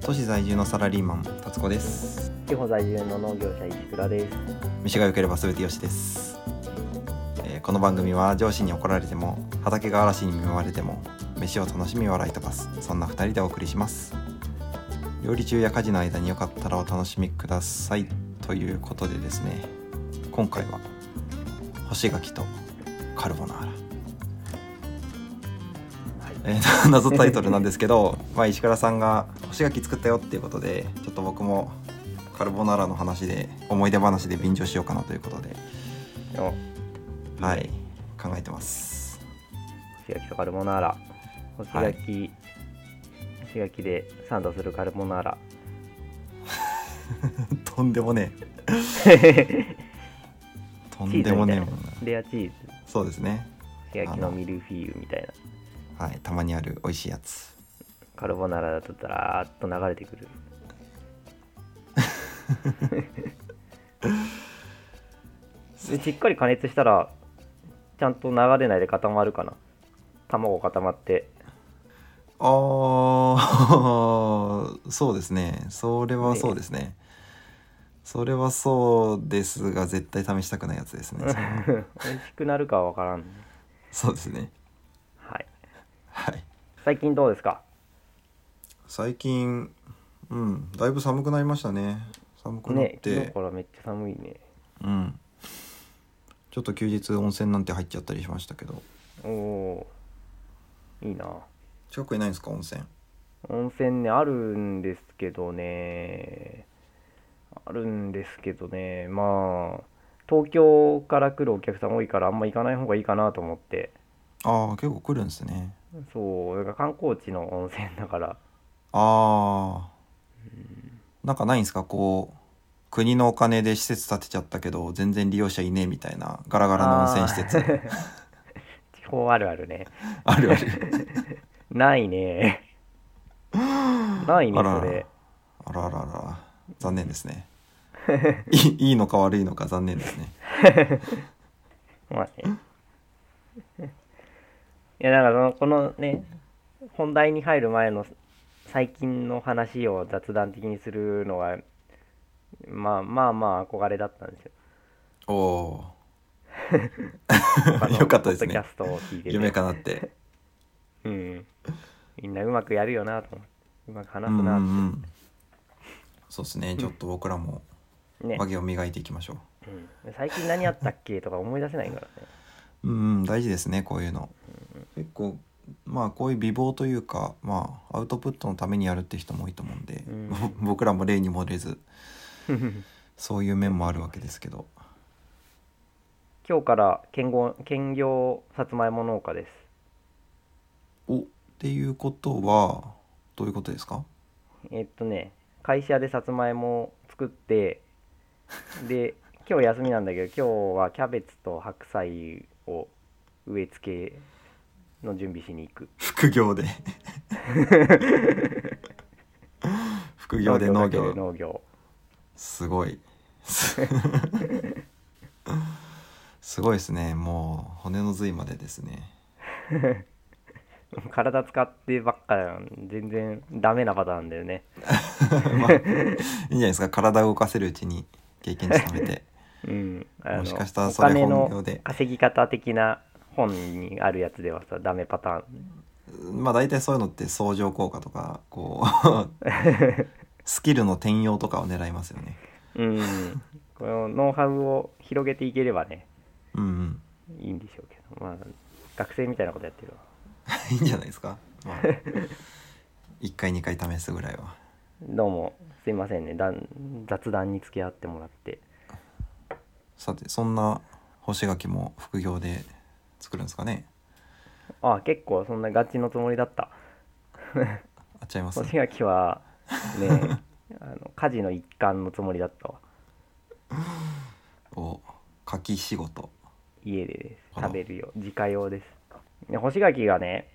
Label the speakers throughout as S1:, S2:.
S1: 都市在住のサラリーマン達子です
S2: 地方在住の農業者石倉です。
S1: 飯が良ければ全てよしです、えーこの番組は上司に怒られても畑が嵐に見舞われても飯を楽しみ笑い飛ばすそんな2人でお送りします料理中や家事の間によかったらお楽しみくださいということでですね今回は干し柿とカルボナーラ
S2: はい。
S1: えー と謎タイトルなんですけど、まあ、石倉さんが干し柿作ったよっていうことでちょっと僕もカルボナーラの話で思い出話で便乗しようかなということで
S2: お、
S1: はい考えてます
S2: 干し焼きとカルボナーラ。干し焼き、干し焼きでサンドするカルボナー ラ。
S1: とんでもねえとんでもねえもんな
S2: レアチーズ、
S1: そうですね
S2: 干し焼きのミルフィーユみたいな。
S1: はいたまにある美味しいやつ
S2: カルボナーラだとだらーっと流れてくる。 でしっかり加熱したら、ちゃんと流れないで固まるかな。卵固まって。
S1: あー そうですねそれはそうですねそれはそうですが絶対試したくないやつです
S2: 美
S1: ね
S2: 味 しくなるかは分からん。
S1: そうですね
S2: はい。
S1: はい
S2: 最近どうですか
S1: 最近うんだいぶ寒くなりましたね寒くなっ
S2: ね
S1: て、
S2: 昨日からめっちゃ寒いね
S1: うんちょっと休日温泉なんて入っちゃったりしましたけど
S2: おおーいいな
S1: 近くにないんですか温泉
S2: 温泉ねあるんですけどねあるんですけどねまあ東京から来るお客さん多いからあんま行かない方がいいかなと思って
S1: ああ結構来るんですね
S2: そうだから観光地の温泉だから
S1: ああなんかないんですかこう国のお金で施設建てちゃったけど全然利用者いねえみたいなガラガラの温泉施設あ
S2: 地方あるあるね
S1: るある
S2: な いねないね
S1: あら
S2: それ
S1: あらあらあら残念です ねいいいいのか悪いのか残念ですね
S2: まあね。いや、だからその、このね、本題に入る前の最近の話を雑談的にするのは、まあまあまあ憧れだったんですよ。
S1: おおー
S2: 他 の
S1: よかったですね
S2: ポッドキャストを聞いてて
S1: 夢かなって
S2: うん。みんなうまくやるよなと思って、うまく話
S1: うん
S2: す
S1: うんう
S2: なって。
S1: んそうですねちょっと僕らも
S2: ね
S1: 和、芸を磨いていきましょ
S2: うん。最近何やったっけとか思い出せないからね。
S1: ううん、うん、大事ですねこういうの結構まあこういう美貌というかまあアウトプットのためにやるって人も多いと思うんで、
S2: うん
S1: 僕らも例に漏れずそういう面もあるわけですけど
S2: 今日から兼業兼業さつまいも農家です。
S1: おっていうことはどういうことですか
S2: えっとね会社でさつまいもを作ってで今日休みなんだけど今日はキャベツと白菜を植え付けの準備しに行く
S1: 副業 で副業で農
S2: だけ
S1: 業
S2: で農業
S1: すご い すごいですねもう骨の髄までですね
S2: 体使ってばっかやん全然ダメなパターンだよね
S1: まあ、いいんじゃないですか体を動かせるうちに経験値貯めて
S2: うんあの
S1: もしかしたらそれ
S2: お金
S1: 本業で
S2: の稼ぎ方的な本にあるやつではさダメパターン
S1: まあ大体そういうのって相乗効果とかこ うスキルの転用とかを狙いますよね
S2: うんこのノウハウを広げていければね
S1: うんうん
S2: いいんでしょうけどまあ学生みたいなことやってるわ
S1: いいんじゃないですか、まあ、1回2回試すぐらいは
S2: どうもすいませんねだん雑談に付き合ってもらって
S1: さてそんな干し柿も副業で作るんですかね
S2: ああ結構そんなガチのつもりだった
S1: あっちゃいます
S2: 干し柿は ねあの家事の一環のつもりだったわ
S1: お柿仕事
S2: 家でです
S1: あら
S2: 食べるよ自家用ですで干し柿がね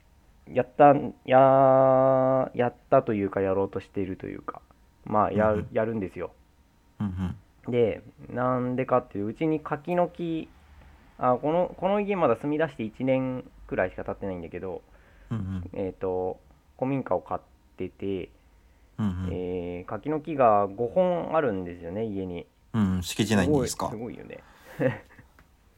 S2: やったややったというかやろうとしているというかまあや,、
S1: うんうん
S2: やるんですよ
S1: うんうん
S2: でなんでかっていううちに柿の木あこのこの家まだ住み出して1年くらいしか経ってないんだけど
S1: うんうん
S2: えー、と古民家を買ってて
S1: うんうん
S2: えー柿の木が5本あるんですよね家に
S1: うんうん敷地内にですか
S2: すごいすごいよね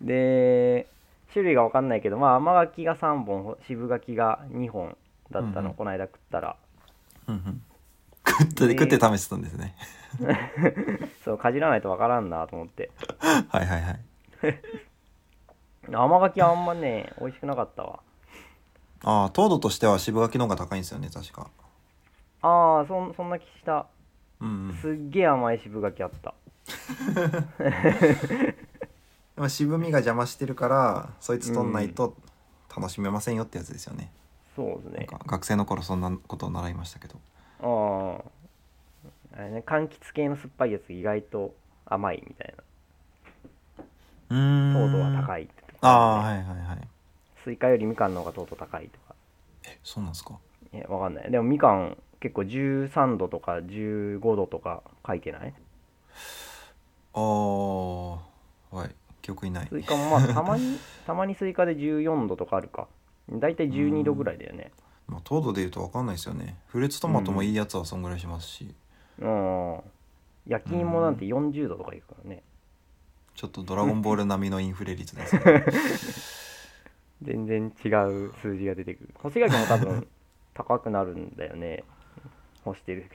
S2: で種類が分かんないけどまあ甘柿が3本渋柿が2本だった
S1: うんう
S2: の、
S1: ん
S2: この間食ったら
S1: うんうん食って
S2: ね
S1: 食って試してたんですね
S2: そうかじらないと分からんなと思って
S1: はいはいはい
S2: 甘柿はあんまね美味しくなかったわ
S1: ああ糖度としては渋柿の方が高いんですよね確か
S2: ああそんそんな気した
S1: うん、うん
S2: すっげえ甘い渋柿あった
S1: でも渋みが邪魔してるからそいつ取んないと楽しめませんよってやつですよね、
S2: そうです
S1: なん
S2: ね
S1: か学生の頃そんなことを習いましたけど
S2: あああれね柑橘系の酸っぱいやつ意外と甘いみたいうな
S1: ーん
S2: 糖度は高
S1: い
S2: いってとか
S1: ああはいはいはい
S2: スイカよりみかんの方が糖度高いとか
S1: えそうなんですか
S2: えわかんないでもみかん結構13度とか15度とか書いてない
S1: ああはい記憶にない
S2: スイカもまあたま にたまにスイカで14度とかあるかだいたい12度ぐらいだよね
S1: まあ、糖度でいうと分かんないですよねフルーツトマトもいいやつはそんぐらいしますし、
S2: うん焼き芋なんて40度とかいくからね
S1: ちょっとドラゴンボール並みのインフレ率ですね
S2: 全然違う数字が出てくる干し柿も多分高くなるんだよね干してるし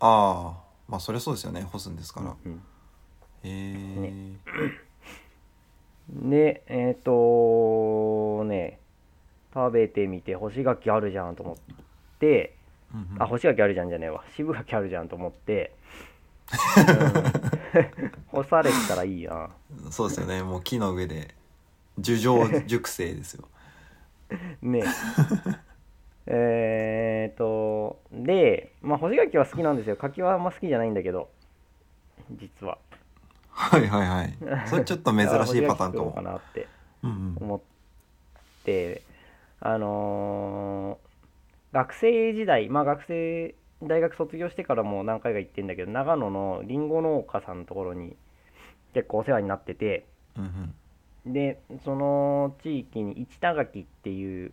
S1: ああまあそりゃそうですよね干すんですから
S2: うん
S1: へえ
S2: でえっ、とね食べてみて干し柿あるじゃんと思って
S1: うんうん
S2: あ干し柿あるじゃんじゃねえわ渋柿あるじゃんと思って、うん 干されてたらいいな
S1: そうですよ ねもう木の上で樹上熟成ですよ
S2: ねええーっとでまあ干し柿は好きなんですよ柿はあんま好きじゃないんだけど実は
S1: はいはいはいそれちょっと珍しいパター ンか
S2: だら干し柿食おうか
S1: も
S2: なって
S1: うんうん
S2: 思ってあのー学生時代まあ学生大学卒業してからも何回か行ってんだけど長野のりんご農家さんのところに結構お世話になってて
S1: うんうん
S2: でその地域に一田柿っていう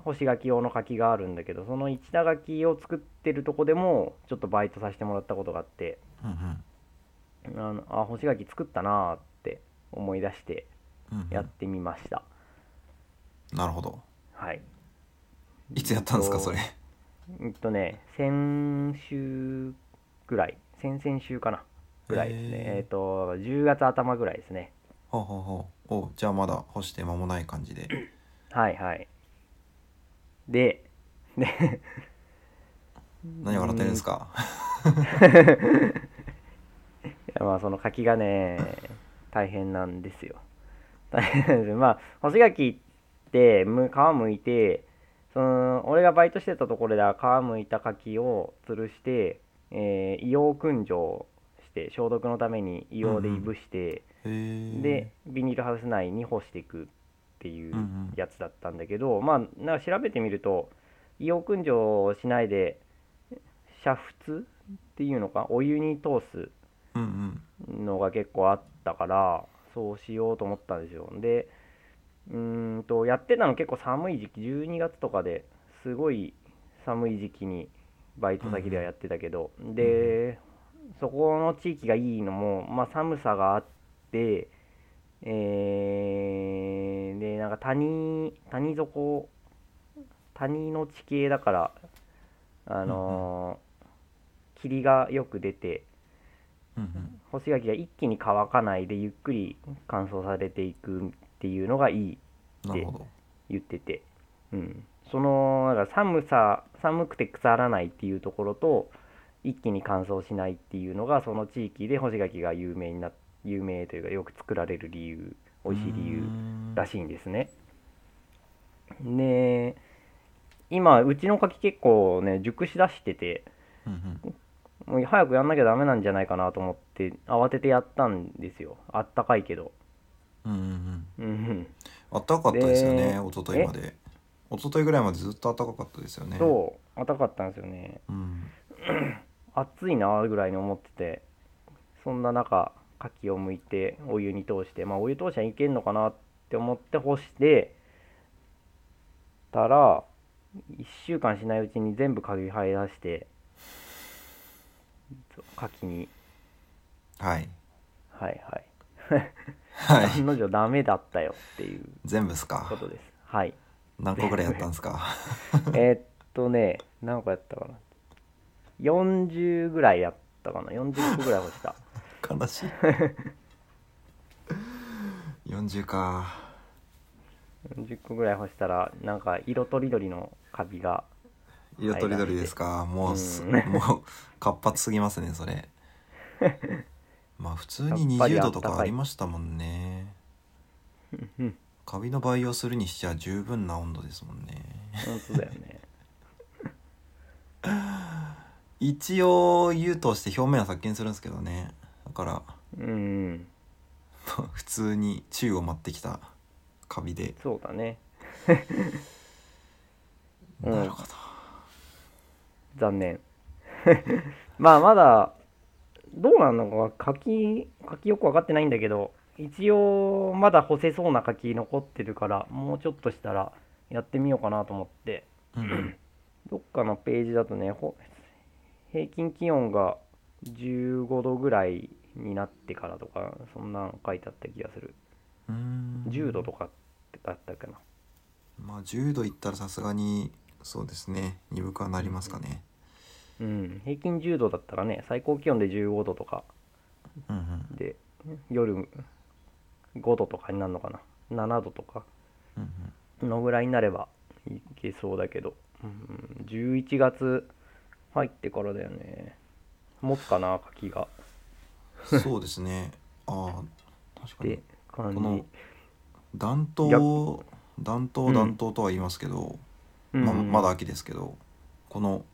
S2: 干し柿用の柿があるんだけどその一田柿を作ってるとこでもちょっとバイトさせてもらったことがあって
S1: うんうん
S2: あのあ干し柿作ったなーって思い出して
S1: うんう
S2: やっ
S1: ん
S2: てみました、
S1: なるほど
S2: はい
S1: いつやったんですかそれ
S2: うんとね、先週ぐらい、先々週かな、ぐらいですね。
S1: へー
S2: えっ、と、10月頭ぐらいですね。
S1: ほうほうほうおじゃあまだ干して間もない感じで
S2: はいはい。で、で
S1: 何笑ってるんです か
S2: いやまあその柿がね、大変なんですよ。大変なんですよ。まあ、干し柿って、む皮むいて、その俺がバイトしてたところでは皮むいた柿を吊るして、えー硫黄燻蒸して消毒のために硫黄でいぶして、
S1: へえ
S2: でビニールハウス内に干していくっていうん
S1: う
S2: うんやつだったんだけど、まあなんか調べてみると硫黄燻蒸をしないで煮沸っていうのかお湯に通す
S1: うんうん
S2: のが結構あったからそうしようと思ったんですよでうーんとやってたの結構寒い時期12月とかですごい寒い時期にバイト先ではやってたけど、で、そこの地域がいいのも、まあ、寒さがあってえー、でなんか谷谷底谷の地形だからあのー霧がよく出て
S1: うんうん
S2: 干し柿が一気に乾かないでゆっくり乾燥されていくっていうのがいい
S1: なるほど
S2: 言ってて、うん、そのなんか寒さ寒くて腐らないっていうところと一気に乾燥しないっていうのがその地域で干し柿が有名にな有名というかよく作られる理由美味しい理由ら
S1: い
S2: しいんですね。で今うちの柿結構ね熟しだしてて
S1: うん
S2: もう早くやんなきゃダメなんじゃないかなと思って慌ててやったんですよあったかいけど
S1: うんうんうんうん
S2: うんうん
S1: あったかかったですよね、
S2: で
S1: 一昨日まで。一昨日ぐらいまでずっと暖かかったですよね。
S2: そうあったかったんですよね
S1: うん。
S2: 暑いなぐらいに思っててそんな中牡蠣を剥いてお湯に通してまあお湯通しはいけんのかなって思って干してたら1週間しないうちに全部カビ生え出して柿に
S1: はい
S2: はいはい
S1: はい
S2: 案の定ダメだったよっていう
S1: 全部っす
S2: こ
S1: か
S2: とですはい
S1: 何個ぐらいやったんす か
S2: えーっとね何個やったかな40ぐらいやったかな40個ぐらい干した
S1: 悲 しい40か
S2: 40個ぐらい干したらなんか色とりどりのカビが
S1: 色とりどりですかもうす
S2: うん
S1: もう活発すぎますねそ れまあ普通に
S2: やっぱり
S1: 20
S2: あ
S1: 度
S2: った
S1: と
S2: かい
S1: かありましたもんね
S2: うんうん
S1: カビの培養するにしちゃ十分な温度ですもんね
S2: 本当だよね
S1: 一応湯として表面は殺菌するんですけどねだから ま
S2: うん
S1: あ普通に宙を舞ってきたカビで、
S2: そうだねうん
S1: なるほど
S2: 残念 まあまだどうなんのか柿柿よく分かってないんだけど一応まだ干せそうな柿残ってるからもうちょっとしたらやってみようかなと思って
S1: うん
S2: どっかのページだとねほ平均気温が15度ぐらいになってからとかそんなん書いてあった気がする
S1: うん
S2: 10度とかってだったかな
S1: まあ10度いったらさすがにそうですね鈍くはなりますかね
S2: うん平均10度だったらね最高気温で15度とか
S1: うんうん
S2: で夜5度とかになるのかな7度とか
S1: うんうん
S2: のぐらいになればいけそうだけど、うん、11月入ってからだよね持つかな柿が
S1: そうですねああ確
S2: っ
S1: か
S2: て
S1: に
S2: 感じ
S1: この暖
S2: いや
S1: 冬暖冬暖冬とは言いますけど、
S2: うん
S1: まあまだ秋ですけどこの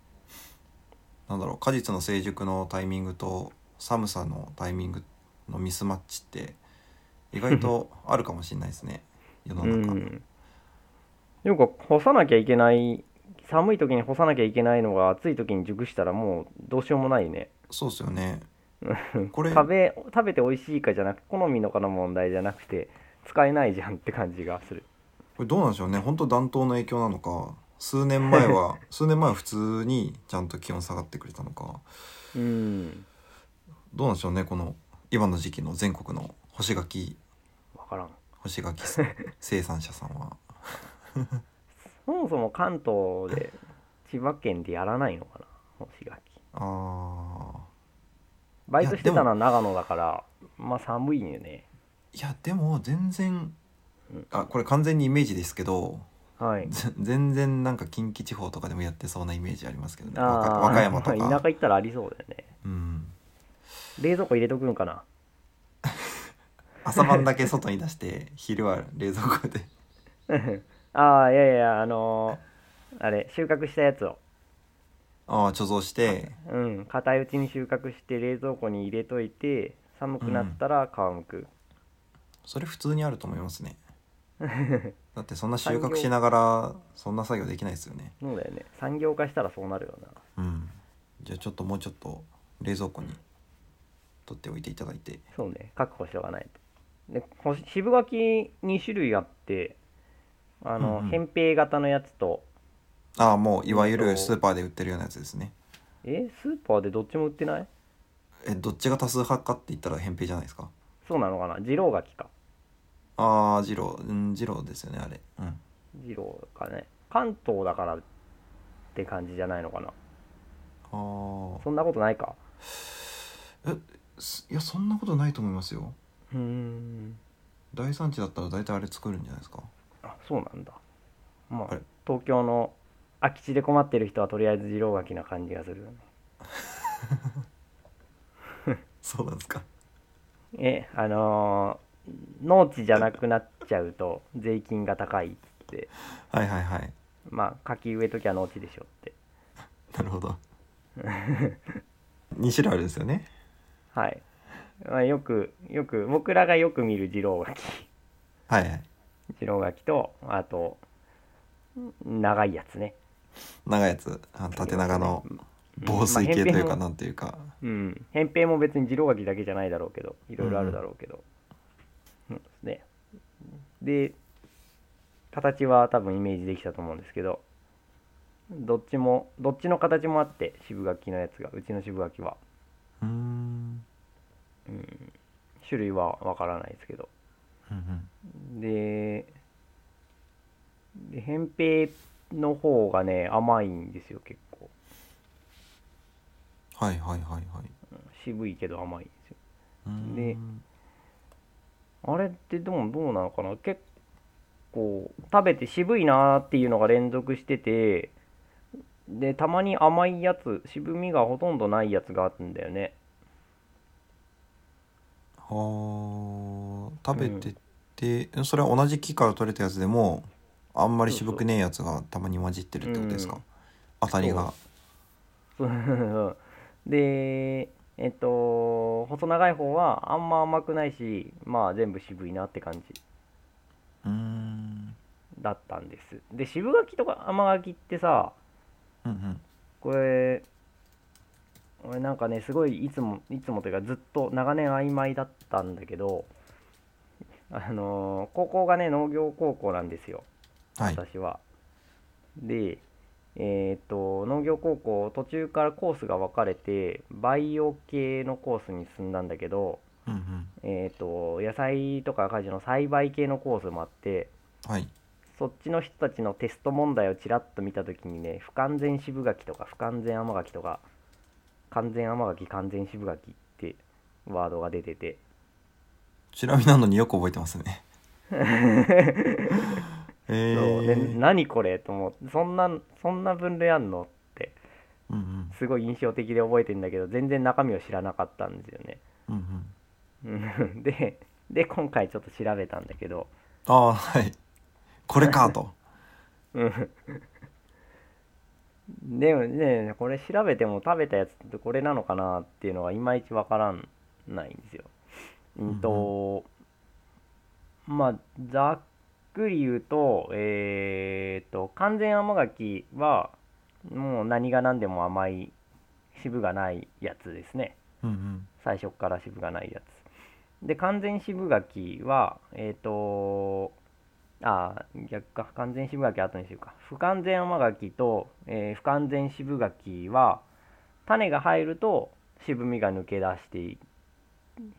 S1: なんだろう果実の成熟のタイミングと寒さのタイミングのミスマッチって意外とあるかもしれないですね世の
S2: う
S1: 中、
S2: んなんか干さなきゃいけない寒い時に干さなきゃいけないのが暑い時に熟したらもうどうしようもないね
S1: そうっすよね
S2: うん
S1: これ
S2: 食べ食べて美味しいかじゃなく好みのかの問題じゃなくて使えないじゃんって感じがする
S1: これどうなんでしょうね本当暖冬の影響なのか数年前 は数年前は普通にちゃんと気温下がってくれたのか
S2: うん
S1: どうなんでしょうねこの今の時期の全国の干し柿
S2: 分からん
S1: 干し 柿生産者さんは
S2: そもそも関東で千葉県でやらないのかな干し柿
S1: あ
S2: バイトしてたのは長野だからまあ寒いんよね
S1: ーいやでも全然
S2: うん
S1: あこれ完全にイメージですけど
S2: はい
S1: ぜ全然なんか近畿地方とかでもやってそうなイメージありますけどね
S2: あ
S1: 和歌
S2: あ
S1: 和歌山と
S2: まあ田
S1: か、
S2: 舎行ったらありそうだよね
S1: うん、
S2: 冷蔵庫入れとくんかな
S1: 朝晩だけ外に出して昼は冷蔵庫で
S2: ああいやいやあのーあれ収穫したやつを
S1: ああ貯蔵して
S2: うん固いうちに収穫して冷蔵庫に入れといて寒くなったら皮むく、
S1: それ普通にあると思います ねだってそんな収穫しながらそんな作業できないですよね
S2: そうだよね産業化したらそうなるよな
S1: うんじゃあちょっともうちょっと冷蔵庫に取っておいていただいて
S2: そうね確保しておかないとでこし渋柿2種類あってあの、
S1: うんうん
S2: 扁平型のやつと
S1: ああもういわゆ
S2: えっ
S1: る
S2: と
S1: スーパーで売ってるようなやつですね
S2: えスーパーでどっちも売ってない
S1: えどっちが多数派かって言ったら扁平じゃないですか
S2: そうなのかな二郎柿か
S1: ああ二郎うん二郎ですよねあれうん
S2: 二郎かね関東だからって感じじゃないのかな
S1: あ
S2: そんなことないか
S1: あすいやそんなことないと思いますよ
S2: うーん
S1: 大産地だったら大体あれ作るんじゃないですか
S2: あそうなんだま
S1: あ
S2: あ
S1: れ
S2: 東京の空き地で困ってる人はとりあえず二郎柿な感じがするよね
S1: そうなんですか
S2: えあのー農地じゃなくなっちゃうと税金が高いっつって
S1: はいはいはい
S2: まあ柿植えときゃ農地でしょって
S1: なるほ ど2種類あるんですよね
S2: はい、まあ、よくよく僕らがよく見る二郎柿
S1: はいはい
S2: 二郎柿とあと長いやつね
S1: 長いやつあの縦長の防水系というかなんというか
S2: うん扁平も別に二郎柿だけじゃないだろうけどいろいろあるだろうけど、うんですねで形は多分イメージできたと思うんですけどどっちもどっちの形もあって渋柿のやつがうちの渋柿は、
S1: うーん
S2: うん、種類はわからないですけど
S1: うんうん
S2: でで扁平の方がね甘いんですよ結構
S1: はいはいはいはい
S2: 渋いけど甘いんですよ
S1: うーん
S2: であれってでもどうなのかな結構食べて渋いなーっていうのが連続しててでたまに甘いやつ渋みがほとんどないやつがあるんだよね
S1: はあ食べてて、それは同じ木から取れたやつでもあんまり渋くねえやつがたまに混じってるってことですか、
S2: うん
S1: 当たりが
S2: そうでえっと細長い方はあんま甘くないしまあ全部渋いなって感じ
S1: うーん
S2: だったんですで渋柿とか甘柿ってさ
S1: うんうん
S2: これ俺なんかねすごいいつもいつもというかずっと長年曖昧だったんだけどあのー高校がね農業高校なんですよ
S1: はい
S2: 私は、でえっと農業高校途中からコースが分かれてバイオ系のコースに進んだんだけど
S1: うんうん
S2: えっと野菜とか果樹の栽培系のコースもあって
S1: はい
S2: そっちの人たちのテスト問題をちらっと見た時にね不完全渋柿とか不完全甘柿とか完全甘柿完全渋柿ってワードが出てて
S1: ちなみなのによく覚えてます ねえ
S2: そう
S1: ー
S2: で何これと思ってそんなそんな分類あんのって
S1: うんうん
S2: すごい印象的で覚えてんだけど全然中身を知らなかったんですよね
S1: うんうん
S2: うんでで今回ちょっと調べたんだけど
S1: ああはいこれかと
S2: うん でもねこれ調べても食べたやつってこれなのかなっていうのがいまいちわからんないんですよ。うんと、まあざっくり言うとえー、と完全甘柿はもう何が何でも甘い渋がないやつですね
S1: うんうん
S2: 最初から渋がないやつ。で完全渋柿はえっ、とあー逆か完全渋柿後にしようか不完全甘柿と、えー不完全渋柿は種が入ると渋みが抜け出してい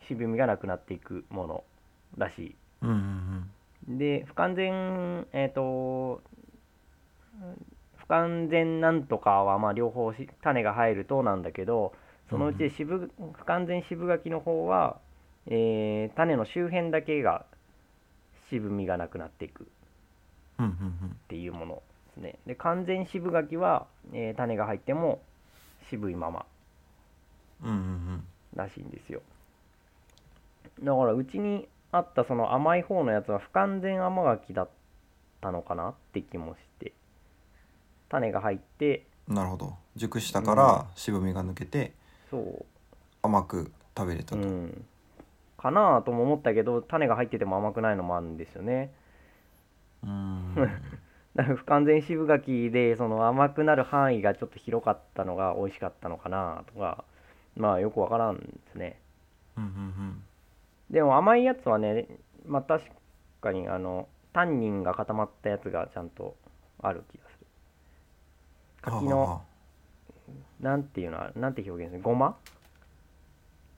S2: 渋みがなくなっていくものらし
S1: うんうんうん
S2: いで不完全えっ、と不完全なんとかはまあ両方し種が入るとなんだけどそのうち渋不完全渋柿の方は、えー種の周辺だけが渋みがなくなっていく
S1: うんうん
S2: っていうものですねで完全渋柿は、えー種が入っても渋いまま
S1: うんうんうん
S2: らしいんですよだからうちにあったその甘い方のやつは不完全甘柿だったのかなって気もして種が入って
S1: うんなるほど熟したから渋みが抜けて
S2: そう
S1: 甘く食べれた
S2: う
S1: と、
S2: ん、かなぁとも思ったけど種が入ってても甘くないのもあるんですよね
S1: うーん
S2: だから不完全渋柿でその甘くなる範囲がちょっと広かったのが美味しかったのかなぁとかまあよくわからんですね
S1: うんうん
S2: でも甘いやつはねまあ確かにあのタンニンが固まったやつがちゃんとある気がする
S1: うん
S2: 柿のなんていうのはなんて表現するごま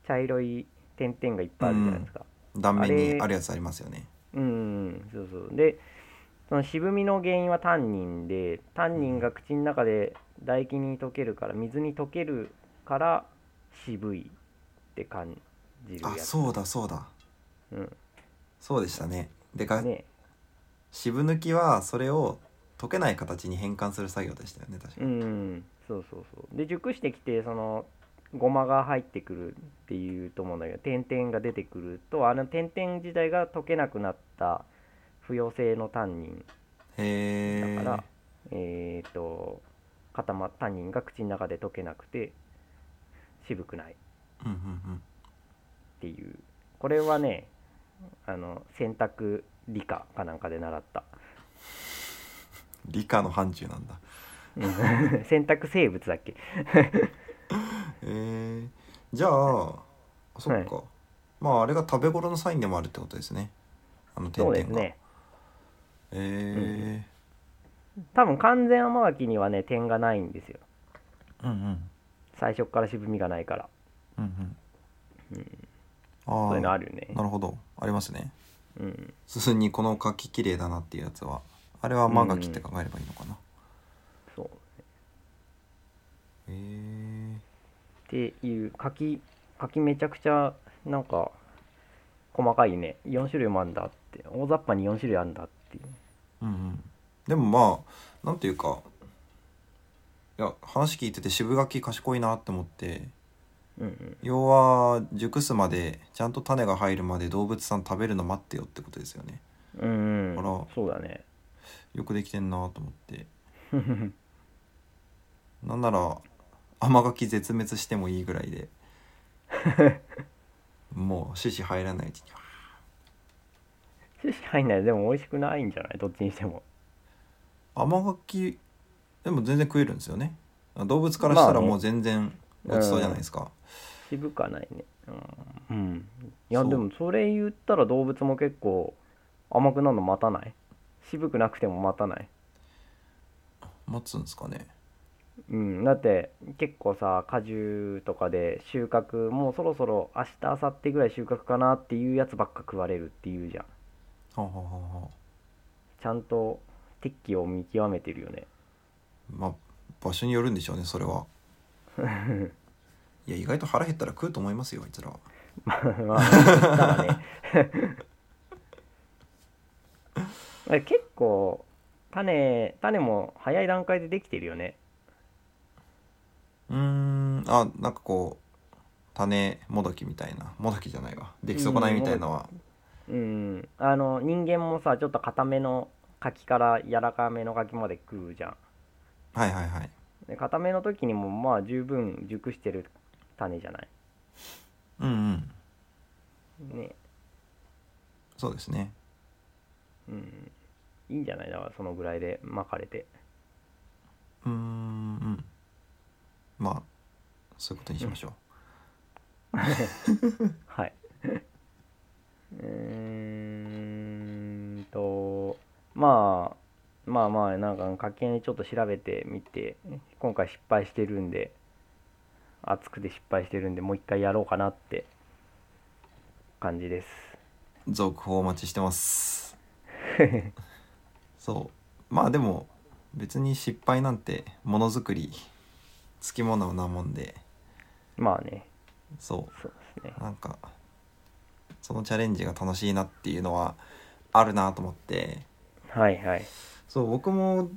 S2: 茶色い点々がいっぱいあるじゃないですか、
S1: 断面に
S2: あ
S1: あ
S2: れ
S1: るやつありますよね
S2: うんそうそうでその渋みの原因はタンニンでタンニンが口の中で唾液に溶けるから水に溶けるから渋いって感じる
S1: あ
S2: やつ
S1: そうだそうだ
S2: うん
S1: そうでしたねでか、
S2: ね
S1: 渋抜きはそれを溶けない形に変換する作業でしたよね確か
S2: う
S1: に、
S2: んそうそうそうで熟してきてそのごまが入ってくるっていうと思うんだけど点々が出てくるとあの点々自体が溶けなくなった不溶性のタンニン
S1: へえ
S2: だから、えっ、と固まった人が口の中で溶けなくて渋くないっ
S1: うんうん
S2: ていうこれはねあの選択理科かなんかで習った
S1: うん理科の範疇なんだ
S2: うん 選択生物だっけ
S1: へえじゃあそっか、まああれが食べ頃のサインでもあるってことですねあの点
S2: そう
S1: 々が
S2: ですね
S1: え
S2: 多分完全甘柿にはね点がないんですよ
S1: うんうん
S2: 最初っから渋みがないから
S1: うんう
S2: うんん
S1: あ
S2: そう
S1: あ
S2: いうの
S1: な
S2: あるよね
S1: るほどありますね
S2: うん
S1: すすにこの柿綺麗だなっていうやつはあれは甘柿って考えればいいのかな、
S2: そう
S1: へえ
S2: っていう柿柿めちゃくちゃなんか細かいね4種類もあんだって大雑把に4種類あんだってい
S1: う
S2: う
S1: んうんでもまあなんていうかいや話聞いてて渋柿賢いなって思って
S2: うんうん
S1: 要は熟すまでちゃんと種が入るまで動物さん食べるの待ってよってことですよね
S2: うん、う
S1: あ
S2: ん
S1: ら、
S2: そうだね
S1: よくできてんなと思 ってなんなら甘柿絶滅してもいいぐらい でもう種子入らないうちに
S2: 種子入んないでも美味しくないんじゃないどっちにしても
S1: 甘柿でも全然食えるんですよね動物からした
S2: ま
S1: ら
S2: あね
S1: もう全然ごちそうじゃないですか、
S2: 渋かないねうん、うん、いや
S1: そう
S2: でもそれ言ったら動物も結構甘くなるの待たない渋くなくても待たない
S1: 待つんですかね
S2: うん、だって結構さ果樹とかで収穫もうそろそろ明日明後日ぐらい収穫かなっていうやつばっか食われるっていうじゃん
S1: はあ、はあはあはあ、
S2: ちゃんと適期を見極めてるよね
S1: まあ場所によるんでしょうねそれはいや意外と腹減ったら食うと思いますよあいつらは
S2: まあまあ言ったらねあれ 結構種種も早い段階でできてるよね
S1: うーんあなんかこう種もどきみたいなもどきじゃないわ出来損ないみたいのは
S2: うんあの人間もさちょっと固めの柿から柔らかめの柿まで食うじゃん
S1: はいはいはい
S2: で固めの時にもまあ十分熟してる種じゃない
S1: うんうん
S2: ね
S1: そうですね
S2: うんいいんじゃないだからそのぐらいで巻かれて
S1: うーんうんまあそういうことにしましょう、
S2: はい うーんとまあまあまあなんか家計にちょっと調べてみて今回失敗してるんで熱くて失敗してるんでもう一回やろうかなって感じです
S1: 続報お待ちしてますそうまあでも別に失敗なんてものづくりつきものなもんで
S2: まあね
S1: そ
S2: そうですね
S1: うなんかそのチャレンジが楽しいなっていうのはあるなと思って
S2: はいはい
S1: そう僕も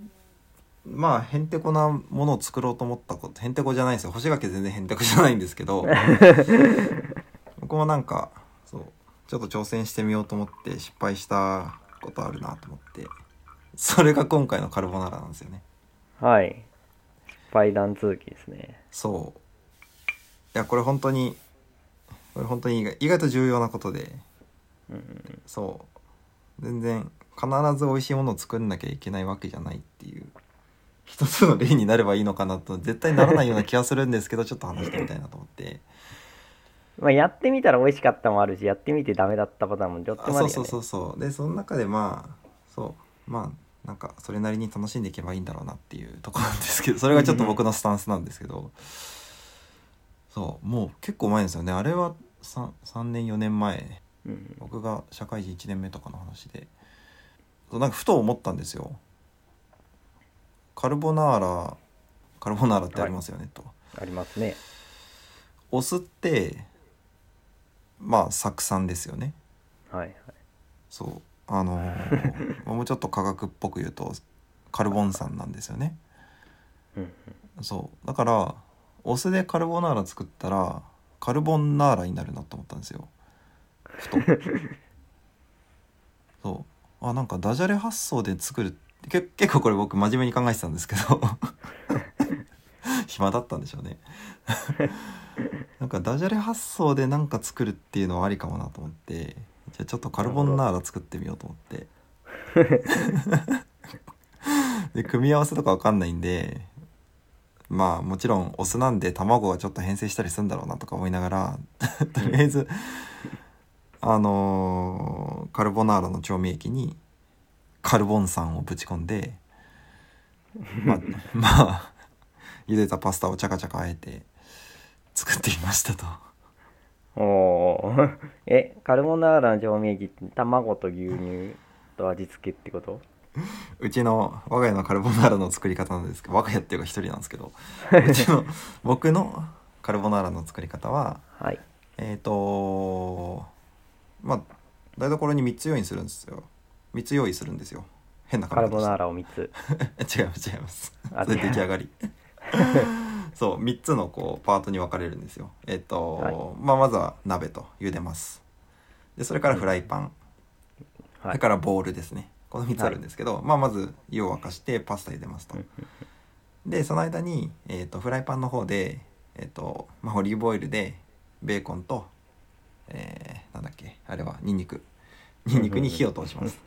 S1: まあへんてこなものを作ろうと思ったことへんてこじゃないんですよ干し柿全然へんてこじゃないんですけど僕もなんかそうちょっと挑戦してみようと思って失敗したことあるなと思ってそれが今回のカルボナーラなんですよね
S2: はい失敗談続きですね
S1: そういやこれ本当にこれ本当に意外意外と重要なことで
S2: うん
S1: そう全然必ず美味しいものを作んなきゃいけないわけじゃないっていう一つの例になればいいのかなと絶対ならないような気がするんですけどちょっと話してみたいなと思って
S2: まあ、やってみたら美味しかったもあるしやってみてダメだったパターンもちょっと
S1: あ
S2: もあ
S1: そうそう
S2: るよね
S1: そうそうでその中でまあそうまあなんかそれなりに楽しんでいけばいいんだろうなっていうところなんですけどそれがちょっと僕のスタンスなんですけどそうもう結構前ですよねあれは 3, 3年4年前
S2: うん
S1: 僕が社会人1年目とかの話でそうなんかふと思ったんですよカルボナーラカルボナーラってありますよね、と
S2: ありますね
S1: お酢ってまあ酢酸ですよね
S2: はいはい
S1: そうあのーもうちょっと科学っぽく言うとカルボン酸なんですよね
S2: うん
S1: そうだからお酢でカルボナーラ作ったらカルボンナーラになるなと思ったんですよふとそうあなんかダジャレ発想で作るけ 結構これ僕真面目に考えてたんですけど 暇だったんでしょうね なんかダジャレ発想でなんか作るっていうのはありかもなと思ってじゃあちょっとカルボンナーラ作ってみようと思ってで組み合わせとかわかんないんでまあもちろんお酢なんで卵はちょっと変性したりするんだろうなとか思いながら とりあえずあのーカルボナーラの調味液にカルボン酸をぶち込んでまあ、まあ、茹でたパスタをチャカチャカあえて作っていましたと。
S2: おおー えカルボナーラの調味液って卵と牛乳と味付けってこと
S1: うちの我が家のカルボナーラの作り方なんですけど我が家っていうか一人なんですけどうちの僕のカルボナーラの作り方は
S2: はい
S1: えっ、とまあ台所に3つ用意するんですよ3つ用意するんですよ変な
S2: カルボナー
S1: ラ
S2: ラを3つ
S1: 違います違います
S2: あ
S1: それ
S2: 違う
S1: 出来上がり そう3つのこうパートに分かれるんですよえっ、と、
S2: はい
S1: まあ、まずは鍋と茹でますでそれからフライパン、
S2: は
S1: それ
S2: い
S1: からボールですねこの3つあるんですけど、まあ、まず湯を沸かしてパスタ茹でますと
S2: うんうん
S1: でその間に、えー、とフライパンの方で、えーとまあ、オリーブオイルでベーコンと、えーなんだっけあれはニンニクニンニクに火を通します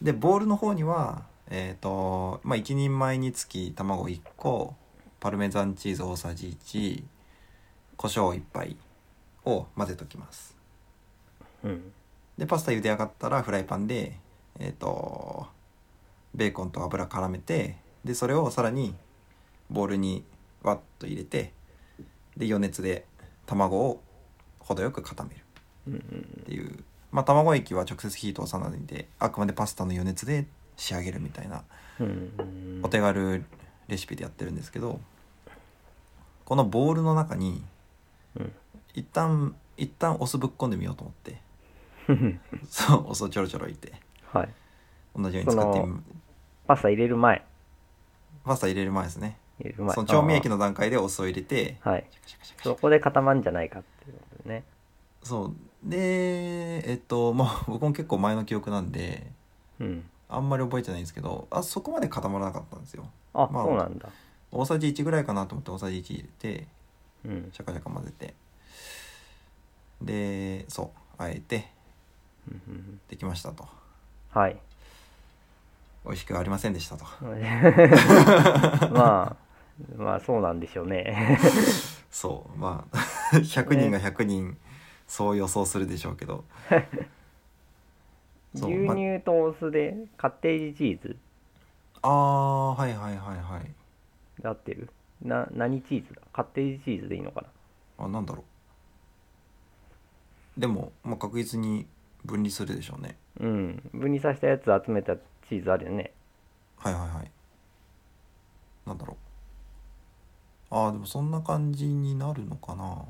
S1: でボールの方にはえっ、とまあ1人前につき卵1個パルメザンチーズ大さじ1胡椒1杯を混ぜときます
S2: うん
S1: でパスタ茹で上がったらフライパンでえっ、とベーコンと油絡めてでそれをさらにボウルにワッと入れてで余熱で卵を程よく固める
S2: うんう
S1: っ
S2: ん
S1: ていうまあ卵液は直接火通さないんであくまでパスタの余熱で仕上げるみたいな
S2: うん
S1: お手軽レシピでやってるんですけどこのボウルの中に
S2: うん
S1: 一旦一旦お酢ぶっこんでみようと思って
S2: うん
S1: そうお酢をちょろちょろいって。
S2: はい
S1: 同じように使ってみ
S2: パスタ入れる前
S1: パスタ入れる前ですね
S2: 入れる前
S1: その調味液の段階でお酢を入れて
S2: あーはい
S1: シャカシャカシャカシャ
S2: そ
S1: カ
S2: こで固まんじゃないかっていうことね
S1: そうでえっとまあ 僕も結構前の記憶なんで
S2: うん
S1: あんまり覚えてないんですけどあそこまで固まらなかったんですよ
S2: あ、
S1: まあ
S2: そうなんだ
S1: 大さじ1ぐらいかなと思って大さじ1入れて
S2: うん
S1: シャカシャカ混ぜてでそうあえて
S2: うんうんうん
S1: できましたと
S2: はい
S1: 美味しくはありませんでしたと
S2: まあまあそうなんでしょうね
S1: そうまあ 100人が100人そう予想するでしょうけ ど
S2: 牛
S1: ま
S2: 乳とお酢でカッテージチーズ
S1: ああはいはいはいはい
S2: で合ってるな何チーズだカッテージチーズでいいのかな
S1: あなんだろうでも、まあ、確実に分離するでしょうね
S2: うん分離させたやつ集めたチーズあるよね
S1: はいはいはいなんだろうああでもそんな感じになるのかな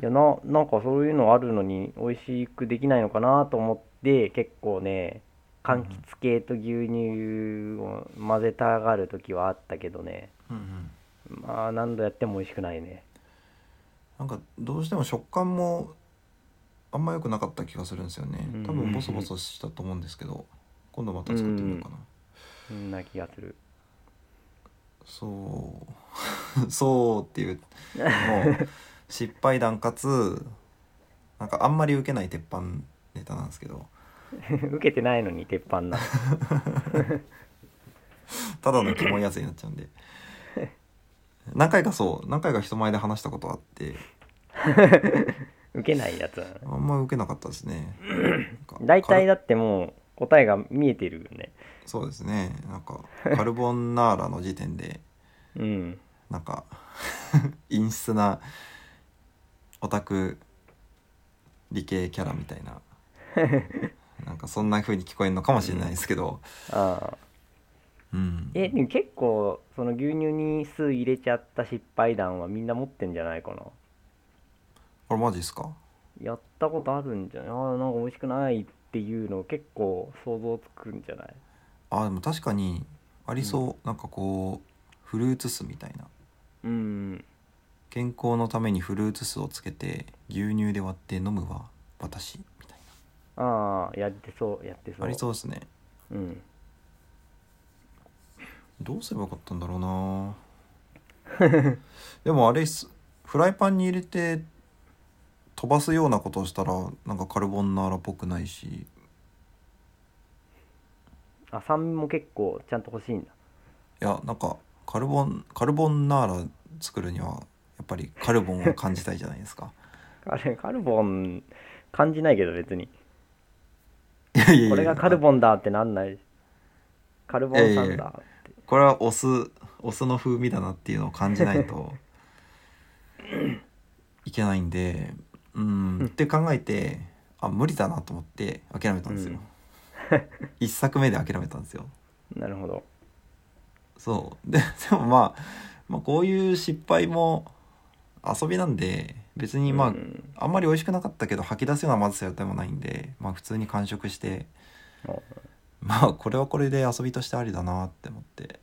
S1: い
S2: やななんかそういうのあるのに美味しくできないのかなと思って結構ね柑橘系と牛乳を混ぜたがる時はあったけどね
S1: うんうん
S2: まあ何度やっても美味しくないね
S1: なんかどうしても食感もあんま良くなかった気がするんですよね多
S2: うんうんう
S1: 分
S2: ん
S1: ボソボソしたと思うんですけど今度また作ってみようかな
S2: そんな気がする
S1: そうそう っていうもう失敗談かつなんかあんまり受けない鉄板ネタなんですけど
S2: 受けてないのに鉄板なの
S1: ただのキモいやつになっちゃうんで何回かそう何回か人前で話したことあって
S2: 受けないやつなの
S1: あんま受けなかったですね
S2: 大体
S1: だ
S2: だってもう答えが見えてるよね
S1: そうですねなんかカルボナーラの時点で
S2: うん
S1: なんか 陰湿なオタク理系キャラみたい ななんかそんな風に聞こえるのかもしれないですけど、
S2: ああ
S1: うん、
S2: えでも結構その牛乳に酢入れちゃった失敗談はみんな持ってんじゃないかな
S1: これマジですか
S2: やったことあるんじゃないあーなんか美味しくないっていうの結構想像つくんじゃない
S1: あでも確かにありそう、なんかこうフルーツ酢みたいな
S2: うん
S1: 健康のためにフルーツ酢をつけて牛乳で割って飲むは私みたい
S2: ああやってそうやってそう
S1: なありそうですね
S2: うん
S1: どうすればよかったんだろうな でもあれっすフライパンに入れて飛ばすようなことをしたらなんかカルボナーラっぽくないし
S2: あ酸味も結構ちゃんと欲しいんだ
S1: いやなんかカルボンカルボナーラ作るにはやっぱりカルボンを感じたいじゃないですか
S2: あれカルボン感じないけど別に
S1: いやいやいや
S2: これがカルボンだってなんないカルボン酸だ
S1: これはお酢お酢の風味だなっていうのを感じない といけないんでうん、
S2: うん
S1: って考えてあ無理だなと思って諦めたんですよ、一作目で諦めたんですよ
S2: なるほど
S1: そうで でも、まあ、まあこういう失敗も遊びなんで別にまあ、
S2: うん
S1: あんまり美味しくなかったけど吐き出すようなまずさでもないんで、まあ、普通に完食して
S2: お
S1: まあこれはこれで遊びとしてありだなって思って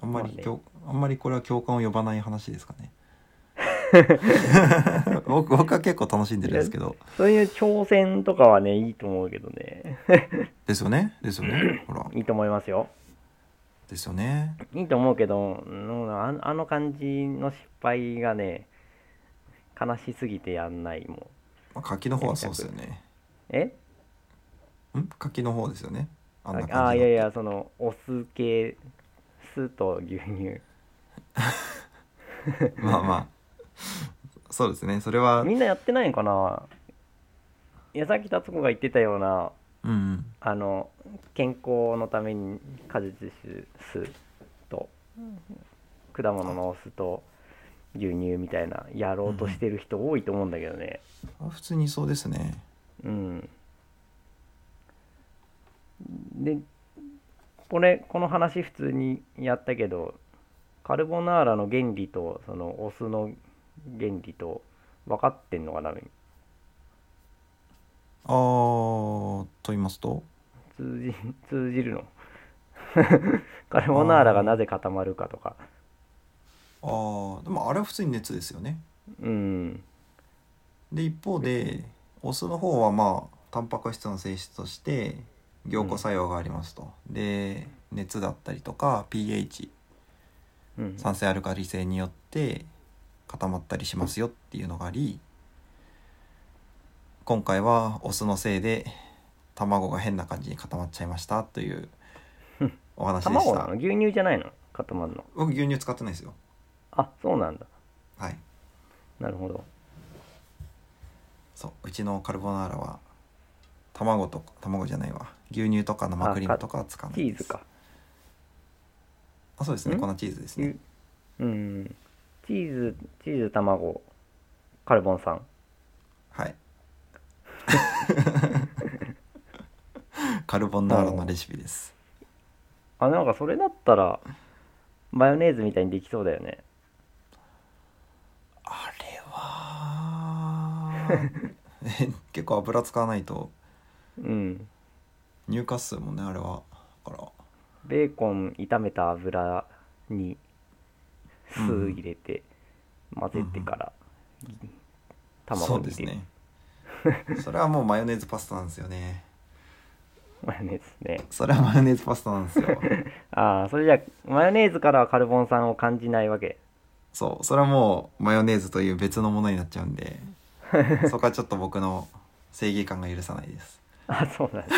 S1: あんまり
S2: まあね
S1: 共あんまりこれは共感を呼ばない話です かね僕僕は結構楽しんでるんですけど
S2: そういう挑戦とかはねいいと思うけどね
S1: ですよねですよ ねほら
S2: いいと思いますよ
S1: ですよね
S2: いいと思うけどうんあのあの感じの失敗がね悲しすぎてやんないもん
S1: まあ柿の方はそうですよね
S2: え
S1: ん柿の方ですよねあんな感じの
S2: ああいやいやそのお酢系酢と牛乳
S1: まあまあそうですねそれは
S2: みんなやってないのかないやさっき達子が言ってたような
S1: うんうん
S2: あの健康のために果実酢と果物のお酢と牛乳みたいなやろうとしてる人多いと思うんだけどね
S1: あ普通にそうですね
S2: うんでこれこの話普通にやったけどカルボナーラの原理とそのお酢の原理と分かってんのかな
S1: ああと言いますと
S2: 通じ通じるの カルボナーラがなぜ固まるかとか
S1: ああでもあれは普通に熱ですよね
S2: うん
S1: で一方でお酢の方はまあタンパク質の性質として凝固作用がありますと、で熱だったりとか pH
S2: うん
S1: 酸性アルカリ性によって固まったりしますよっていうのがあり今回はお酢のせいで卵が変な感じに固まっちゃいましたというお話でし
S2: 卵な
S1: た
S2: の牛乳じゃないの固まるの
S1: 僕牛乳使ってないですよ
S2: あそうなんだ
S1: はい
S2: なるほど
S1: そううちのカルボナーラは卵とか卵じゃないわ牛乳とか生クリームとかは使わな
S2: チ
S1: い
S2: ー
S1: で
S2: ズ
S1: す
S2: か
S1: あそうですね
S2: ん
S1: 粉チーズですね
S2: 牛うんチーズチーズ卵カルボン酸
S1: はいカルボナーラのレシピです
S2: あなんかそれだったらマヨネーズみたいにできそうだよね
S1: あれはえ結構油使わないと
S2: うん
S1: 乳化数もねあれはだから
S2: ベーコン炒めた油に酢
S1: うん
S2: 入れて混ぜてから、
S1: そ
S2: 卵
S1: う
S2: に
S1: で
S2: 入
S1: す
S2: れる、
S1: ねそれはもうマヨネーズパスタなんですよね
S2: マヨネーズね
S1: それはマヨネーズパスタなんですよ
S2: ああそれじゃあマヨネーズからはカルボン酸を感じないわけ
S1: そうそれはもうマヨネーズという別のものになっちゃうんでそこはちょっと僕の正義感が許さないです
S2: あそうなんだ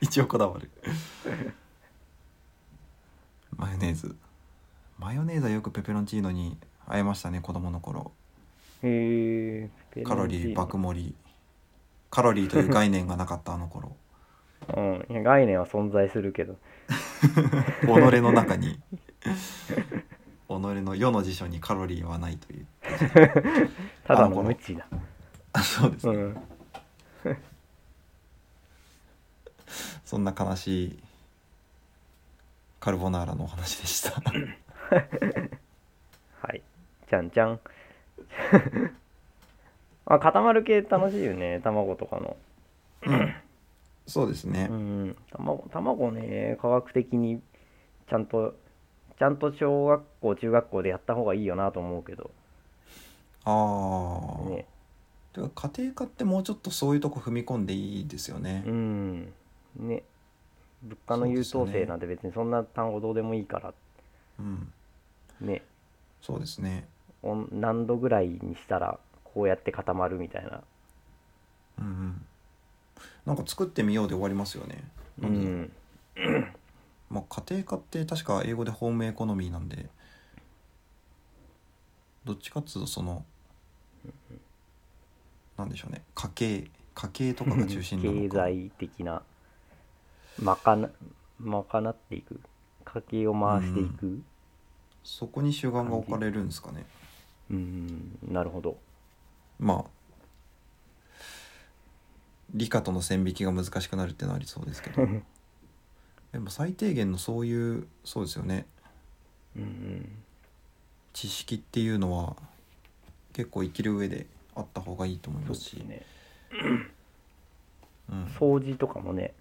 S1: 一応こだわるマヨネーズマヨネーズはよくペペロンチーノに合えましたね子供の頃
S2: へえ
S1: カロリー爆盛りカロリーという概念がなかったあの頃
S2: うんいや概念は存在するけど
S1: 己の中に己の世の辞書にカロリーはないという
S2: ただ
S1: あ
S2: の
S1: この
S2: 無知だ
S1: あそうです
S2: う
S1: ね、
S2: ん
S1: そんな悲しいカルボナーラのお話でした
S2: はいじゃんじゃん あ固まる系楽しいよね卵とかの
S1: そうですね
S2: うん卵卵ね科学的にちゃんとちゃんと小学校中学校でやった方がいいよなと思うけど
S1: ああ、
S2: ね
S1: てか家庭科ってもうちょっとそういうとこ踏み込んでいいですよね、
S2: うんね物価の優等生なんて別にそんな単語どうでもいいから
S1: うん、
S2: ね
S1: そうですね
S2: おん何度ぐらいにしたらこうやって固まるみたいな
S1: うんうんなんか作ってみようで終わりますよね
S2: う
S1: なんでだろう、
S2: ん
S1: まあ、家庭科って確か英語でホームエコノミーなんでどっちかっつうとそのなんでしょうね家計家計とかが中心な
S2: 経
S1: のか
S2: 済的なまかな賄っていく家計を回していく
S1: そこに主眼が置かれるんですかね
S2: うんなるほど
S1: まあ理科との線引きが難しくなるってのはありそうですけどでも最低限のそういうそうですよね
S2: うん
S1: 知識っていうのは結構生きる上であった方がいいと思い
S2: そう
S1: ま
S2: ですす
S1: し
S2: ね
S1: うん
S2: 掃除とかもね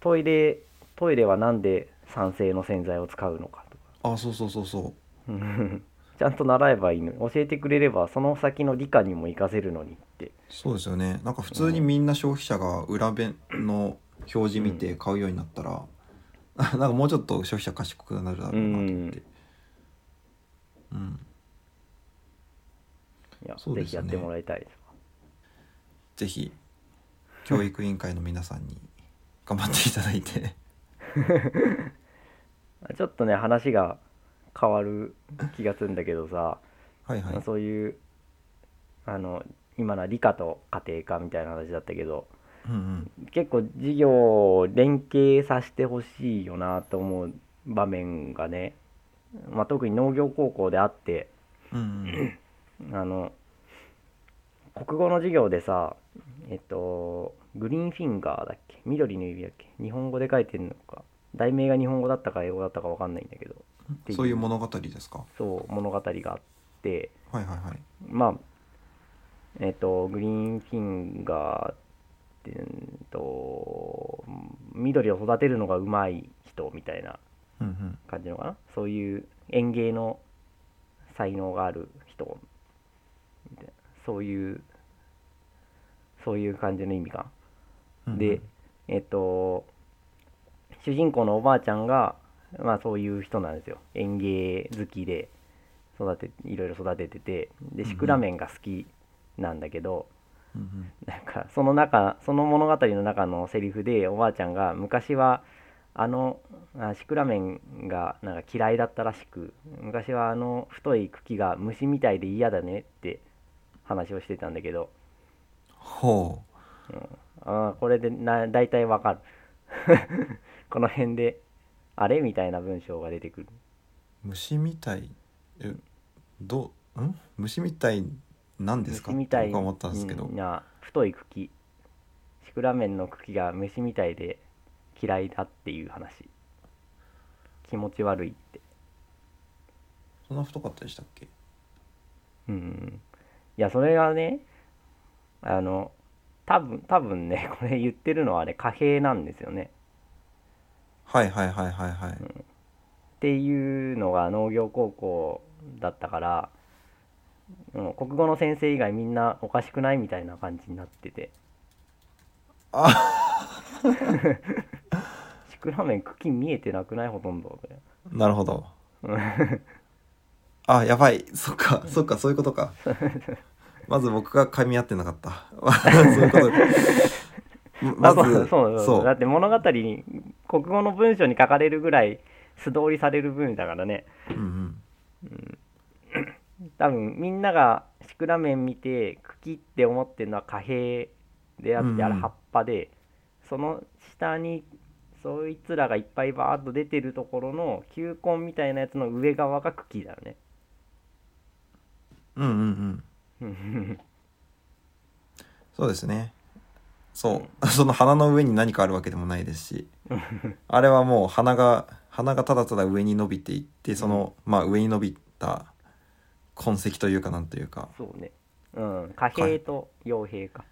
S2: トイレトイレはなんで酸性の洗剤を使うのかとか
S1: あそうそうそうそう
S2: うんちゃんと習えばいいのに教えてくれればその先の理科にも活かせるのにって
S1: そうですよねなんか普通にみんな消費者が裏弁の表示見て買うようになったら、 なんかもうちょっと消費者賢くなるだろうなと思ってうん、
S2: いや、
S1: そう
S2: ぜ
S1: ですね
S2: ひやってもらいたいです
S1: ぜひ教育委員会の皆さんに頑張っていただい て
S2: ちょっとね話が変わる気がするんだけどさ、
S1: はいはい
S2: そういうあの今のは理科と家庭科みたいな話だったけど
S1: うんうん
S2: 結構授業を連携させてほしいよなと思う場面がね、まあ、特に農業高校であって
S1: うん うん
S2: あの国語の授業でさえっとグリーンフィンガーだっけ緑の指だっけ日本語で書いてんのか題名が日本語だったか英語だったかわかんないんだけどていう
S1: そういう物語ですか
S2: そう物語があって
S1: はいはいはい
S2: まあえっとグリーンフィンガーってうんと緑を育てるのがうまい人みたいな
S1: うんうん
S2: 感じのかなそういう園芸の才能がある人みたいなそういうそういう感じの意味が
S1: うんうん
S2: でえっと主人公のおばあちゃんがまあそういう人なんですよ園芸好きで育ていろいろ育てててで
S1: うん
S2: シクラメンが好きなんだけど、
S1: うんうん
S2: なんかその中その物語の中のセリフでおばあちゃんが昔はあのあシクラメンがなんか嫌いだったらしく昔はあの太い茎が虫みたいで嫌だねって話をしてたんだけど
S1: ほう
S2: あーこれでな大体わかる この辺で「あれ?」みたいな文章が出てくる
S1: 虫みたいえどうん虫みたいなんですか
S2: 虫みた
S1: って
S2: い
S1: 僕は思ったんですけど、
S2: うんな太い茎シクラメンの茎が虫みたいで嫌いだっていう話気持ち悪いって
S1: そんな太かったでしたっけ
S2: うんいやそれがねあの多分多分ねこれ言ってるのはね貨幣なんですよね
S1: はいはいはいはいはい、
S2: っていうのが農業高校だったから、うん、国語の先生以外みんなおかしくないみたいな感じになってて
S1: あ
S2: シクラメン茎見えてなくないほとんど
S1: なるほ ど
S2: うん
S1: あやばいそっかそっかそういうことかまず僕が噛み合ってなかった そういうことかま
S2: あ
S1: ず
S2: そうそうそう
S1: そう
S2: だって物語に国語の文章に書かれるぐらい素通りされる文だからね
S1: うんうん
S2: 多分みんながシクラメン見て茎って思ってるのは貨幣であって、
S1: うんうん
S2: あれ葉っぱでその下にそいつらがいっぱいバーッと出てるところの球根みたいなやつの上側が茎だよね
S1: うんうんうん
S2: うん
S1: そうですねそう その鼻の上に何かあるわけでもないですしあれはもう鼻が鼻がただただ上に伸びていってその、まあ上に伸びた痕跡というかなんというか
S2: そうねうん貨幣と傭兵か、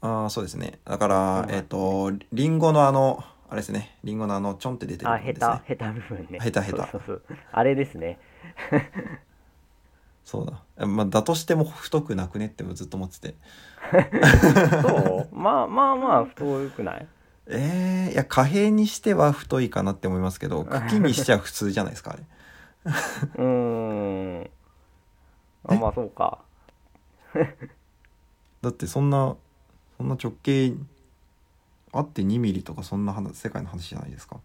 S1: ああそうですねだから、
S2: うん
S1: えっ、とリンゴのあのあれですねリンゴのあのちょんって出てる
S2: あ
S1: 部分
S2: ヘ
S1: ですね
S2: タヘタ部分ね
S1: ヘタヘタ
S2: そうそうそうあれです ね
S1: そうだえまあだとしても太くなくねってずっと思ってて
S2: そうまあまあまあ太くない
S1: えー、いや貨幣にしては太いかなって思いますけど茎にしちゃ普通じゃないですかあれ
S2: うーんあまあそうか
S1: だってそんなそんな直径あって2ミリとかそんな話世界の話じゃないですか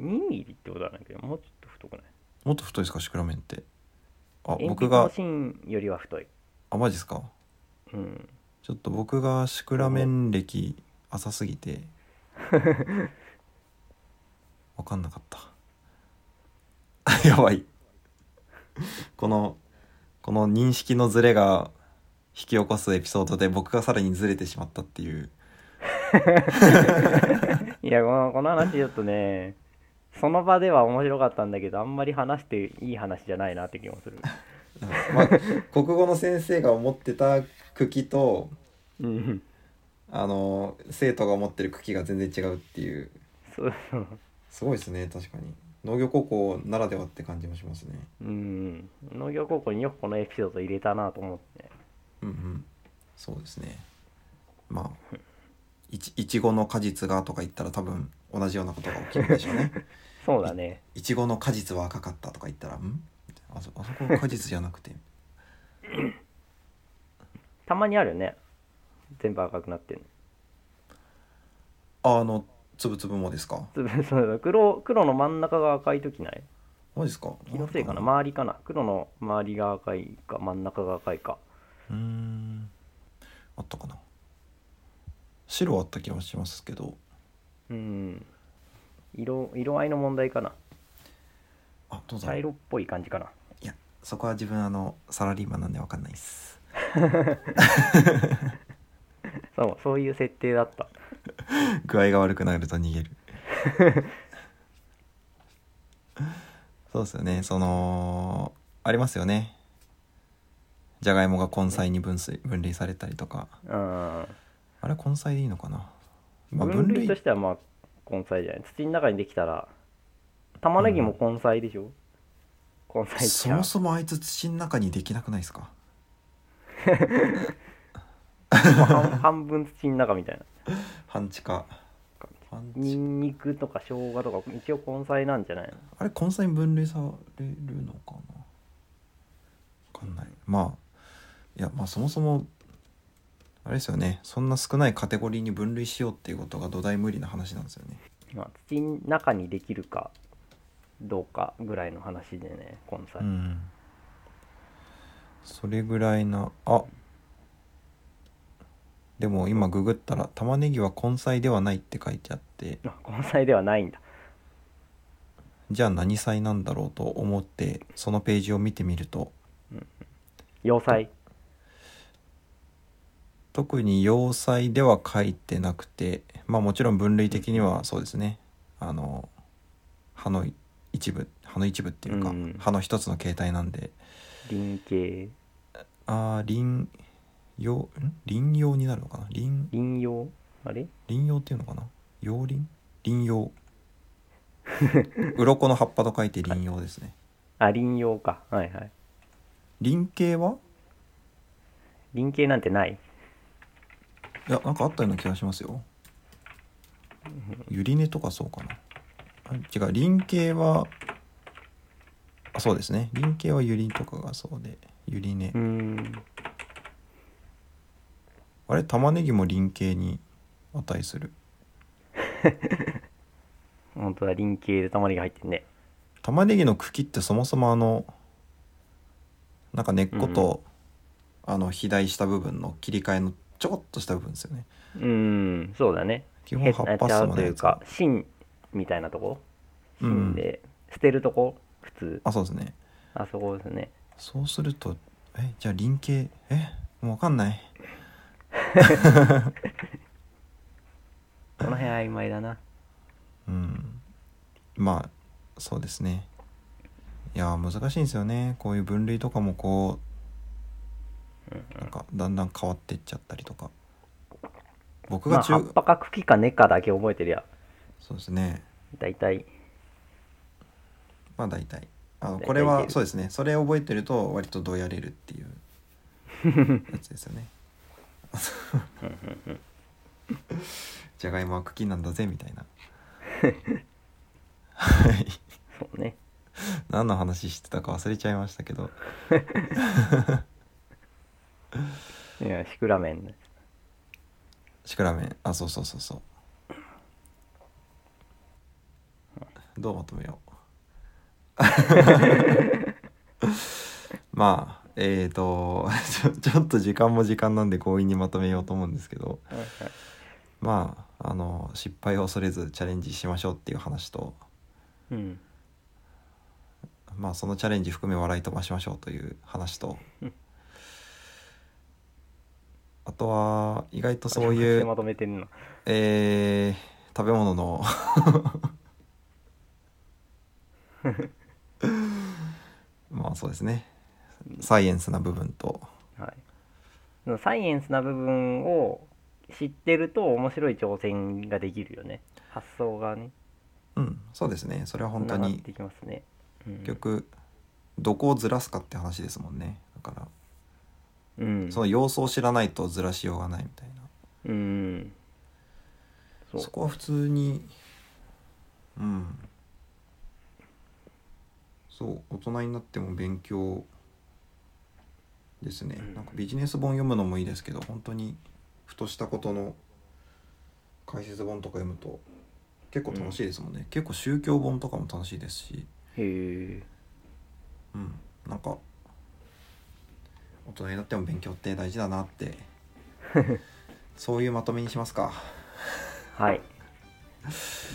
S2: 2ミリってことはないけどもうちょっと太くない
S1: もっと太いですかシクラメンってあ
S2: 鉛筆
S1: 僕
S2: の
S1: が
S2: 芯よりは太い、
S1: あマジですか
S2: うん、
S1: ちょっと僕がシクラメン歴浅すぎてわかんなかった やばいこのこの認識のズレが引き起こすエピソードで僕がさらにズレてしまったっていう
S2: いやこのこの話ちょっとねその場では面白かったんだけどあんまり話していい話じゃないなって気もする
S1: まあ、国語の先生が思ってた茎と
S2: うん
S1: あの生徒が思ってる茎が全然違うっていう
S2: そうそう
S1: すごいですね確かに農業高校ならではって感じもしますね
S2: うん農業高校によくこのエピソード入れたなと思って
S1: うんうんそうですねまあいちいちごの果実がとか言ったら多分同じようなことが起きるんでしょう ね
S2: そうだね
S1: いちごの果実は赤かったとか言ったらんあそあそこ果実じゃなく て
S2: たまにあるよね全部赤くなってる
S1: ああのつぶつぶもですか
S2: つぶ そうだ黒黒の真ん中が赤い時ない
S1: マジですか
S2: 気のせいかな周りかな黒の周りが赤いか真ん中が赤いか
S1: うーんあったかな白あった気はしますけど
S2: うん色色合いの問題かな
S1: あどうだ
S2: 茶
S1: ろう
S2: 色っぽい感じかない
S1: やそこは自分あのサラリーマンなんでわかんないっす
S2: そうそういう設定だった
S1: 具合が悪くなると逃げ るそうですよねそのありますよねじゃがいもが根菜に分水分類されたりとか
S2: うん
S1: あれ根菜でいいのかな、まあ、
S2: 分類としてはまあ根菜じゃない土の中にできたら玉ねぎも根菜でしょ、根菜
S1: そ
S2: ちゃう
S1: もそもあいつ土の中にできなくないですか
S2: 半半分土の中みたいな
S1: 半地下半地
S2: ニンニクとか生姜とか一応根菜なんじゃないの
S1: あれ根菜に分類されるのかなわかんないまあいやまあそもそもあれですよねそんな少ないカテゴリーに分類しようっていうことが土台無理な話なんですよね
S2: まあ、土の中にできるかどうかぐらいの話でね根菜、
S1: うんそれぐらいなあでも今ググったら玉ねぎは根菜ではないって書いてあって
S2: あ根菜ではないんだ
S1: じゃあ何菜なんだろうと思ってそのページを見てみると
S2: 洋菜
S1: 特に要塞では書いてなくてまあもちろん分類的にはそうですねあの葉の一部葉の一部っていうか、
S2: うん
S1: 葉の一つの形態なんで
S2: 輪形
S1: ああ林葉ん林葉になるのかな林
S2: 輪葉あれ
S1: 林葉っていうのかな葉林林葉 鱗の葉っぱと書いて林葉ですね
S2: あ輪葉かはいはい
S1: 林系は
S2: 輪形なんてない
S1: いやなんかあったような気がしますよゆり根とかそうかなあ違う輪形はあそうですね輪形はゆりとかがそうでゆり根
S2: うーん
S1: あれ玉ねぎも輪形に値する
S2: 本当だ輪形で玉ねぎ入ってんね
S1: 玉ねぎの茎ってそもそもあのなんか根っこと、あの肥大した部分の切り替えのちょこっとした部分ですよね
S2: うーんそうだね
S1: 基本葉っぱっ
S2: ちゃ
S1: す
S2: う
S1: もん
S2: と
S1: ね
S2: いうか芯みたいなとこ
S1: うん
S2: 芯で捨てるとこ普通
S1: あそうですね
S2: あそこですね
S1: そうするとえじゃあ輪形えもうわかんない
S2: この辺曖昧だな
S1: うんまあそうですねいやー難しいんですよねこういう分類とかもこうなんかだんだん変わってっちゃったりとか僕
S2: ま
S1: が
S2: あ
S1: 中、
S2: 葉っぱか茎か根かだけ覚えてりゃ
S1: そうですね
S2: 大体
S1: まあ大体あの
S2: 大体
S1: これ
S2: いけ
S1: は
S2: る
S1: そうですねそれを覚えてると割とどうやれるっていう やつですよねじゃがいもは茎なんだぜみたい なはい
S2: そうね
S1: 何の話してたか忘れちゃいましたけど
S2: いやシクラメン
S1: シクラメンあそうそうそうそう どうまとめようまあえーと ちょちょっと時間も時間なんで強引にまとめようと思うんですけど
S2: はいはい
S1: まああの失敗を恐れずチャレンジしましょうっていう話と、
S2: うん
S1: まあ、そのチャレンジ含め笑い飛ばしましょうという話と
S2: うん
S1: あとは意外とそう
S2: 口
S1: い
S2: で
S1: う、
S2: まとめてんな
S1: えー食べ物 のまあそうですねサイエンスな部分と
S2: はい、そのサイエンスな部分を知ってると面白い挑戦ができるよね発想がね
S1: うんそうですねそれは本当
S2: 繋がっ
S1: に
S2: てきますね、うん、
S1: 結局どこをずらすかって話ですもんねだから
S2: うん
S1: その様子を知らないとずらしようがないみたいな
S2: うんそう
S1: そこは普通にうんそう大人になっても勉強ですね、
S2: うん
S1: なんかビジネス本読むのもいいですけど本当にふとしたことの解説本とか読むと結構楽しいですもんね、結構宗教本とかも楽しいですし
S2: へえ
S1: うんなんか大人になっても勉強って大事だなって そういうまとめにしますか
S2: はい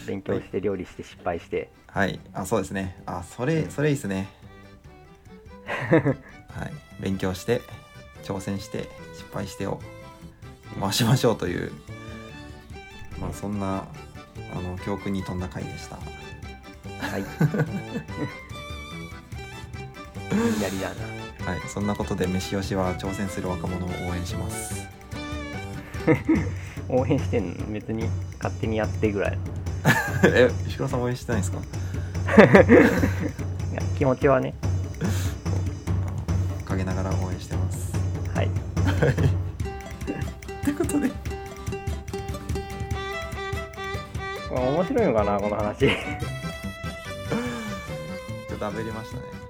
S2: 勉強して料理して失敗して
S1: はい、あ、そうですね。あ、それ、それいいです ね。はい、勉強して、挑戦して、失敗してを回しましょうという。まあ、そんな、あの、教訓に富んだ回でした。
S2: はいやりだな
S1: はい、そんなことで、飯吉は挑戦する若者を応援し ます。
S2: 応援してんの別に勝手にやってぐらい
S1: え、石黒さん応援してないんですか。
S2: いや気持ちはね
S1: あの陰ながら応援してます。
S2: はい
S1: ってことで、
S2: 面白いのかなこの話
S1: ちょっと喋りましたね。